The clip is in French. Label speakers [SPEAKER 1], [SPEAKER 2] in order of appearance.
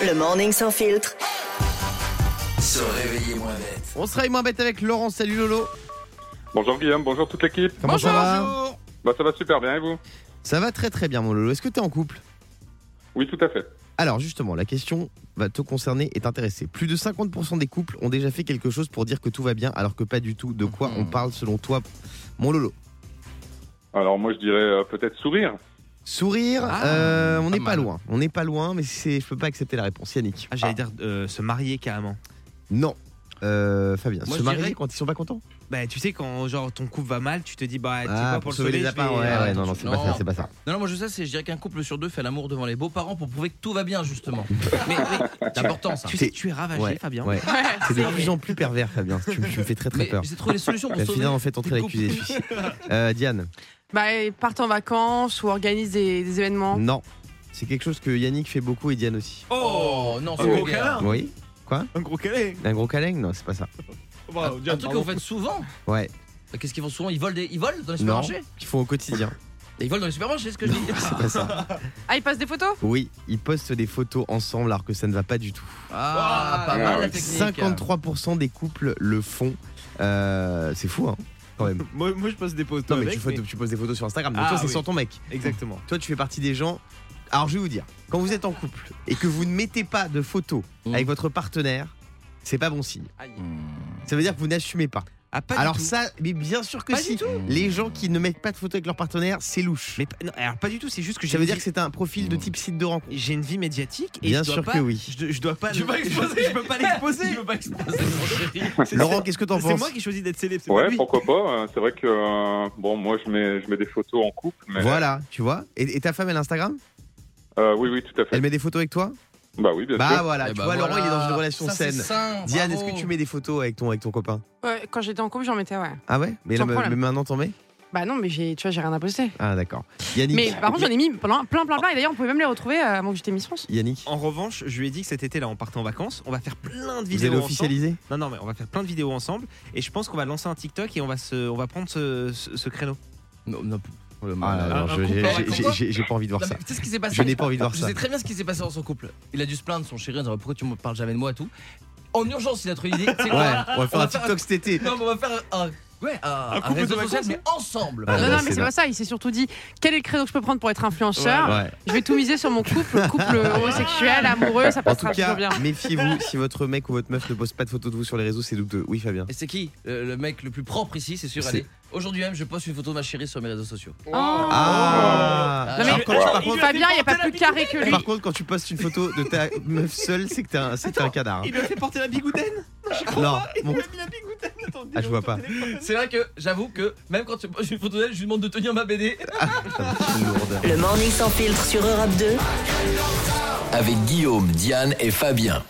[SPEAKER 1] Le morning sans filtre.
[SPEAKER 2] Se réveiller moins bête.
[SPEAKER 3] On sera moins bête avec Laurent. Salut Lolo.
[SPEAKER 4] Bonjour Guillaume, bonjour toute l'équipe.
[SPEAKER 3] Comment ça va
[SPEAKER 2] Bonjour.
[SPEAKER 4] Bah, ça va super bien et vous
[SPEAKER 3] Ça va très très bien mon Lolo. Est-ce que t'es en couple
[SPEAKER 4] Oui, tout à fait.
[SPEAKER 3] Alors justement, la question va te concerner et t'intéresser. Plus de 50% des couples ont déjà fait quelque chose pour dire que tout va bien alors que pas du tout. De quoi
[SPEAKER 2] Hmm.
[SPEAKER 3] on parle selon toi mon Lolo
[SPEAKER 4] Alors moi je dirais euh, peut-être sourire.
[SPEAKER 3] Sourire,
[SPEAKER 2] Ah,
[SPEAKER 3] euh,
[SPEAKER 2] pas
[SPEAKER 3] on n'est pas
[SPEAKER 2] mal.
[SPEAKER 3] loin. On n'est pas loin, mais c'est, je peux pas accepter la réponse. Yannick.
[SPEAKER 5] Ah, j'allais dire euh, se marier carrément.
[SPEAKER 3] Non. Euh, Fabien,
[SPEAKER 2] Moi,
[SPEAKER 3] se
[SPEAKER 2] je
[SPEAKER 3] marier
[SPEAKER 2] dirais-
[SPEAKER 3] quand ils sont pas contents
[SPEAKER 5] Bah, tu sais, quand genre ton couple va mal, tu te dis, bah, tu sais
[SPEAKER 3] Ah,
[SPEAKER 5] quoi, pour, le sauver, je
[SPEAKER 3] lapins,
[SPEAKER 5] vais- euh,
[SPEAKER 3] ouais,
[SPEAKER 2] Ah,
[SPEAKER 3] ouais, non,
[SPEAKER 2] attends,
[SPEAKER 3] non, c'est pas
[SPEAKER 2] non.
[SPEAKER 3] ça, c'est pas ça.
[SPEAKER 2] Non, non, moi je sais, c'est je dirais qu'un couple sur deux fait l'amour devant les beaux-parents pour prouver que tout va bien justement.
[SPEAKER 5] Mais, mais
[SPEAKER 2] C'est important ça.
[SPEAKER 5] tu sais, tu es ravagé,
[SPEAKER 3] Ouais,
[SPEAKER 5] Fabien.
[SPEAKER 3] ouais. C'est de plus en plus pervers, Fabien. Tu, tu me fais très très
[SPEAKER 2] Mais
[SPEAKER 3] peur.
[SPEAKER 2] c'est trouver les solutions pour
[SPEAKER 3] La
[SPEAKER 2] sauver.
[SPEAKER 3] finale en fait entrer l'accusé. des filles. Euh, Diane,
[SPEAKER 6] Bah, ils partent en vacances ou organisent des, des événements.
[SPEAKER 3] non. C'est quelque chose que Yannick fait beaucoup et Diane aussi.
[SPEAKER 2] Oh non, c'est
[SPEAKER 5] Un gros
[SPEAKER 2] vulgaire.
[SPEAKER 5] câlin.
[SPEAKER 3] Oui
[SPEAKER 5] Un gros calais.
[SPEAKER 3] Un gros câlin Non, c'est pas ça.
[SPEAKER 5] Ah,
[SPEAKER 2] Un truc que vous faites souvent.
[SPEAKER 3] Ouais,
[SPEAKER 2] Bah, Qu'est-ce qu'ils font souvent Ils volent, des... ils volent dans les
[SPEAKER 3] non.
[SPEAKER 2] supermarchés
[SPEAKER 3] Qu'ils font au quotidien.
[SPEAKER 2] Ils volent dans les supermarchés, c'est ce que je dis.
[SPEAKER 3] C'est pas ça.
[SPEAKER 6] Ah, ils passent des photos
[SPEAKER 3] Oui, ils postent des photos ensemble alors que ça ne va pas du tout.
[SPEAKER 2] Ah, pas
[SPEAKER 4] Ah,
[SPEAKER 2] mal la
[SPEAKER 4] ouais.
[SPEAKER 2] technique.
[SPEAKER 3] 53% des couples le font. Euh, c'est fou, hein quand même.
[SPEAKER 5] Moi, je passe des potes.
[SPEAKER 3] Non, mais tu, fais- tu poses des photos sur Instagram. Donc,
[SPEAKER 5] Ah,
[SPEAKER 3] toi, c'est
[SPEAKER 5] oui.
[SPEAKER 3] sans ton mec.
[SPEAKER 5] Exactement.
[SPEAKER 3] Toi, tu fais partie des gens. Alors, je vais vous dire, quand vous êtes en couple et que vous ne mettez pas de photos
[SPEAKER 2] Mmh.
[SPEAKER 3] avec votre partenaire, c'est pas bon signe. Ça veut dire que vous n'assumez pas.
[SPEAKER 5] Ah, pas
[SPEAKER 3] alors,
[SPEAKER 5] du tout.
[SPEAKER 3] ça, mais bien sûr que
[SPEAKER 5] Pas
[SPEAKER 3] si.
[SPEAKER 5] du tout.
[SPEAKER 3] Les gens qui ne mettent pas de photos avec leur partenaire, c'est louche.
[SPEAKER 5] Mais pas- non, alors, pas du tout, c'est juste que j'ai
[SPEAKER 3] ça veut
[SPEAKER 5] une
[SPEAKER 3] dire que
[SPEAKER 5] vie-
[SPEAKER 3] c'est un profil de type site de rencontre.
[SPEAKER 5] j'ai une vie médiatique et
[SPEAKER 3] Bien
[SPEAKER 5] je dois
[SPEAKER 3] sûr
[SPEAKER 5] pas-
[SPEAKER 3] que oui.
[SPEAKER 5] Je, dois- je dois pas.
[SPEAKER 2] Tu vas exposer.
[SPEAKER 5] Je peux pas l'exposer.
[SPEAKER 2] Je veux pas exposer mon chéri.
[SPEAKER 5] C'est-
[SPEAKER 3] Laurent, qu'est-ce que t'en
[SPEAKER 5] c'est- C'est
[SPEAKER 3] penses
[SPEAKER 5] moi qui choisis d'être célèbre. c'est pas
[SPEAKER 4] Ouais,
[SPEAKER 5] lui.
[SPEAKER 4] pourquoi pas. euh, C'est vrai que euh, bon, moi je mets, je mets des photos en couple, mais
[SPEAKER 3] Voilà, tu vois. Et, et ta femme, elle a Instagram
[SPEAKER 4] euh, oui, oui, tout à fait.
[SPEAKER 3] Elle met des photos avec toi
[SPEAKER 4] Bah oui, bien
[SPEAKER 3] Bah
[SPEAKER 4] sûr.
[SPEAKER 3] voilà,
[SPEAKER 2] Eh
[SPEAKER 3] tu
[SPEAKER 2] bah,
[SPEAKER 3] vois,
[SPEAKER 2] voilà.
[SPEAKER 3] Laurent, il est dans une relation
[SPEAKER 2] Ça, c'est
[SPEAKER 3] saine.
[SPEAKER 2] sain,
[SPEAKER 3] Diane, est-ce
[SPEAKER 2] bravo.
[SPEAKER 3] que tu mets des photos avec ton, avec ton copain
[SPEAKER 6] Ouais, Quand j'étais en couple, j'en mettais, ouais.
[SPEAKER 3] Ah ouais mais,
[SPEAKER 6] Sans
[SPEAKER 3] là, mais-
[SPEAKER 6] problème.
[SPEAKER 3] mais maintenant, t'en mets
[SPEAKER 6] Bah non, mais j'ai, tu vois, j'ai rien à poster.
[SPEAKER 3] Ah d'accord. Yannick.
[SPEAKER 6] Mais par contre, j'en ai mis plein, plein, plein, plein. Et d'ailleurs, on pouvait même les retrouver euh, avant que j'étais Miss France.
[SPEAKER 3] Yannick,
[SPEAKER 5] En revanche, je lui ai dit que cet été là, on partait en vacances, on va faire plein
[SPEAKER 3] vous
[SPEAKER 5] de vidéos
[SPEAKER 3] allez
[SPEAKER 5] ensemble.
[SPEAKER 3] officialiser
[SPEAKER 5] Non, non, mais on va faire plein de vidéos ensemble et je pense qu'on va lancer un TikTok et on va se, on va prendre ce, ce- ce créneau.
[SPEAKER 2] Non, non, le euh,
[SPEAKER 3] Ah
[SPEAKER 2] mal.
[SPEAKER 3] là là,
[SPEAKER 2] Un- un
[SPEAKER 3] je-
[SPEAKER 2] couple en
[SPEAKER 3] j'ai-
[SPEAKER 2] vacances.
[SPEAKER 3] j'ai- j'ai- j'ai pas envie de voir
[SPEAKER 2] Non, mais
[SPEAKER 3] ça.
[SPEAKER 2] Tu sais ce qui s'est passé
[SPEAKER 3] Je n'ai pas envie de voir
[SPEAKER 2] Je
[SPEAKER 3] ça.
[SPEAKER 2] sais très bien ce qui s'est passé dans son couple. Il a dû se plaindre son chéri en disant pourquoi tu me parles jamais de moi et tout. En urgence, il a trouvé une idée. Tu sais
[SPEAKER 3] Ouais,
[SPEAKER 2] quoi
[SPEAKER 3] on va faire
[SPEAKER 2] On
[SPEAKER 3] un
[SPEAKER 2] va faire
[SPEAKER 3] TikTok cet été.
[SPEAKER 2] Non, mais on va faire un, ouais, un, un
[SPEAKER 5] couple
[SPEAKER 2] réseau
[SPEAKER 5] de
[SPEAKER 2] social,
[SPEAKER 5] vacances,
[SPEAKER 2] mais ensemble.
[SPEAKER 3] Ah,
[SPEAKER 6] non,
[SPEAKER 3] bah,
[SPEAKER 6] non, mais
[SPEAKER 3] c'est
[SPEAKER 6] c'est
[SPEAKER 3] là.
[SPEAKER 6] pas ça. Il s'est surtout dit quel est le créneau que je peux prendre pour être influenceur
[SPEAKER 3] Ouais.
[SPEAKER 6] Je vais tout miser sur mon couple, couple homosexuel, amoureux, ça
[SPEAKER 3] En
[SPEAKER 6] passera
[SPEAKER 3] tout
[SPEAKER 6] toujours
[SPEAKER 3] cas,
[SPEAKER 6] bien.
[SPEAKER 3] méfiez-vous si votre mec ou votre meuf ne poste pas de photos de vous sur les réseaux, c'est douteux. Oui, Fabien.
[SPEAKER 2] Et c'est qui euh, le mec le plus propre ici, c'est sûr.
[SPEAKER 3] C'est-
[SPEAKER 2] Allez, aujourd'hui même, je poste une photo de ma chérie sur mes réseaux sociaux.
[SPEAKER 3] Ah.
[SPEAKER 2] Non, mais-
[SPEAKER 3] Alors, quand tu- par,
[SPEAKER 6] Oh. Fabien,
[SPEAKER 3] contre,
[SPEAKER 6] il n'y a pas plus carré que lui.
[SPEAKER 3] par contre, quand tu postes une photo de ta meuf seule, c'est que t'es un, c'est que t'es un canard. hein.
[SPEAKER 5] Il lui a fait porter la bigoudaine
[SPEAKER 3] Non, mon-
[SPEAKER 5] Il a mis la bigoudaine Attendez,
[SPEAKER 3] Ah, je vois pas.
[SPEAKER 2] C'est vrai que j'avoue que même quand tu postes une photo d'elle, je lui demande de tenir ma BD.
[SPEAKER 3] lourde.
[SPEAKER 1] Le morning sans filtre sur Europe 2.
[SPEAKER 7] avec Guillaume, Diane et Fabien.